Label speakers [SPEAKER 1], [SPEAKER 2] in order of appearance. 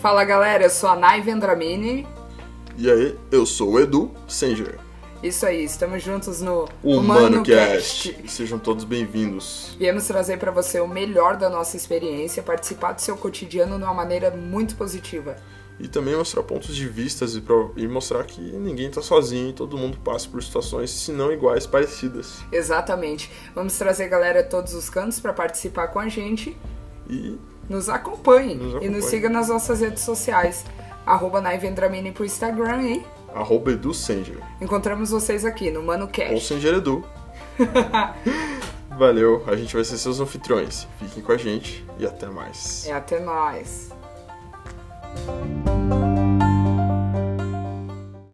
[SPEAKER 1] Fala galera, eu sou a Nai Vendramini.
[SPEAKER 2] E aí, eu sou o Edu Senger.
[SPEAKER 1] Isso aí, estamos juntos no
[SPEAKER 2] HumanoCast.
[SPEAKER 1] HumanoCast.
[SPEAKER 2] Sejam todos bem-vindos.
[SPEAKER 1] Viemos trazer para você o melhor da nossa experiência, participar do seu cotidiano de uma maneira muito positiva.
[SPEAKER 2] E também mostrar pontos de vistas e, pro- e mostrar que ninguém tá sozinho e todo mundo passa por situações, se não iguais, parecidas.
[SPEAKER 1] Exatamente. Vamos trazer galera de todos os cantos para participar com a gente.
[SPEAKER 2] E
[SPEAKER 1] Nos acompanhe
[SPEAKER 2] Nos
[SPEAKER 1] e nos
[SPEAKER 2] acompanhe.
[SPEAKER 1] siga nas nossas redes sociais. Arroba Nai Vendramini pro Instagram, hein?
[SPEAKER 2] arroba Edu Senger.
[SPEAKER 1] Encontramos vocês aqui no
[SPEAKER 2] Ou
[SPEAKER 1] ManoCast.
[SPEAKER 2] Senger Edu. Valeu, a gente vai ser seus anfitriões.
[SPEAKER 1] É,
[SPEAKER 2] Fiquem com a gente e até mais.
[SPEAKER 1] E até mais.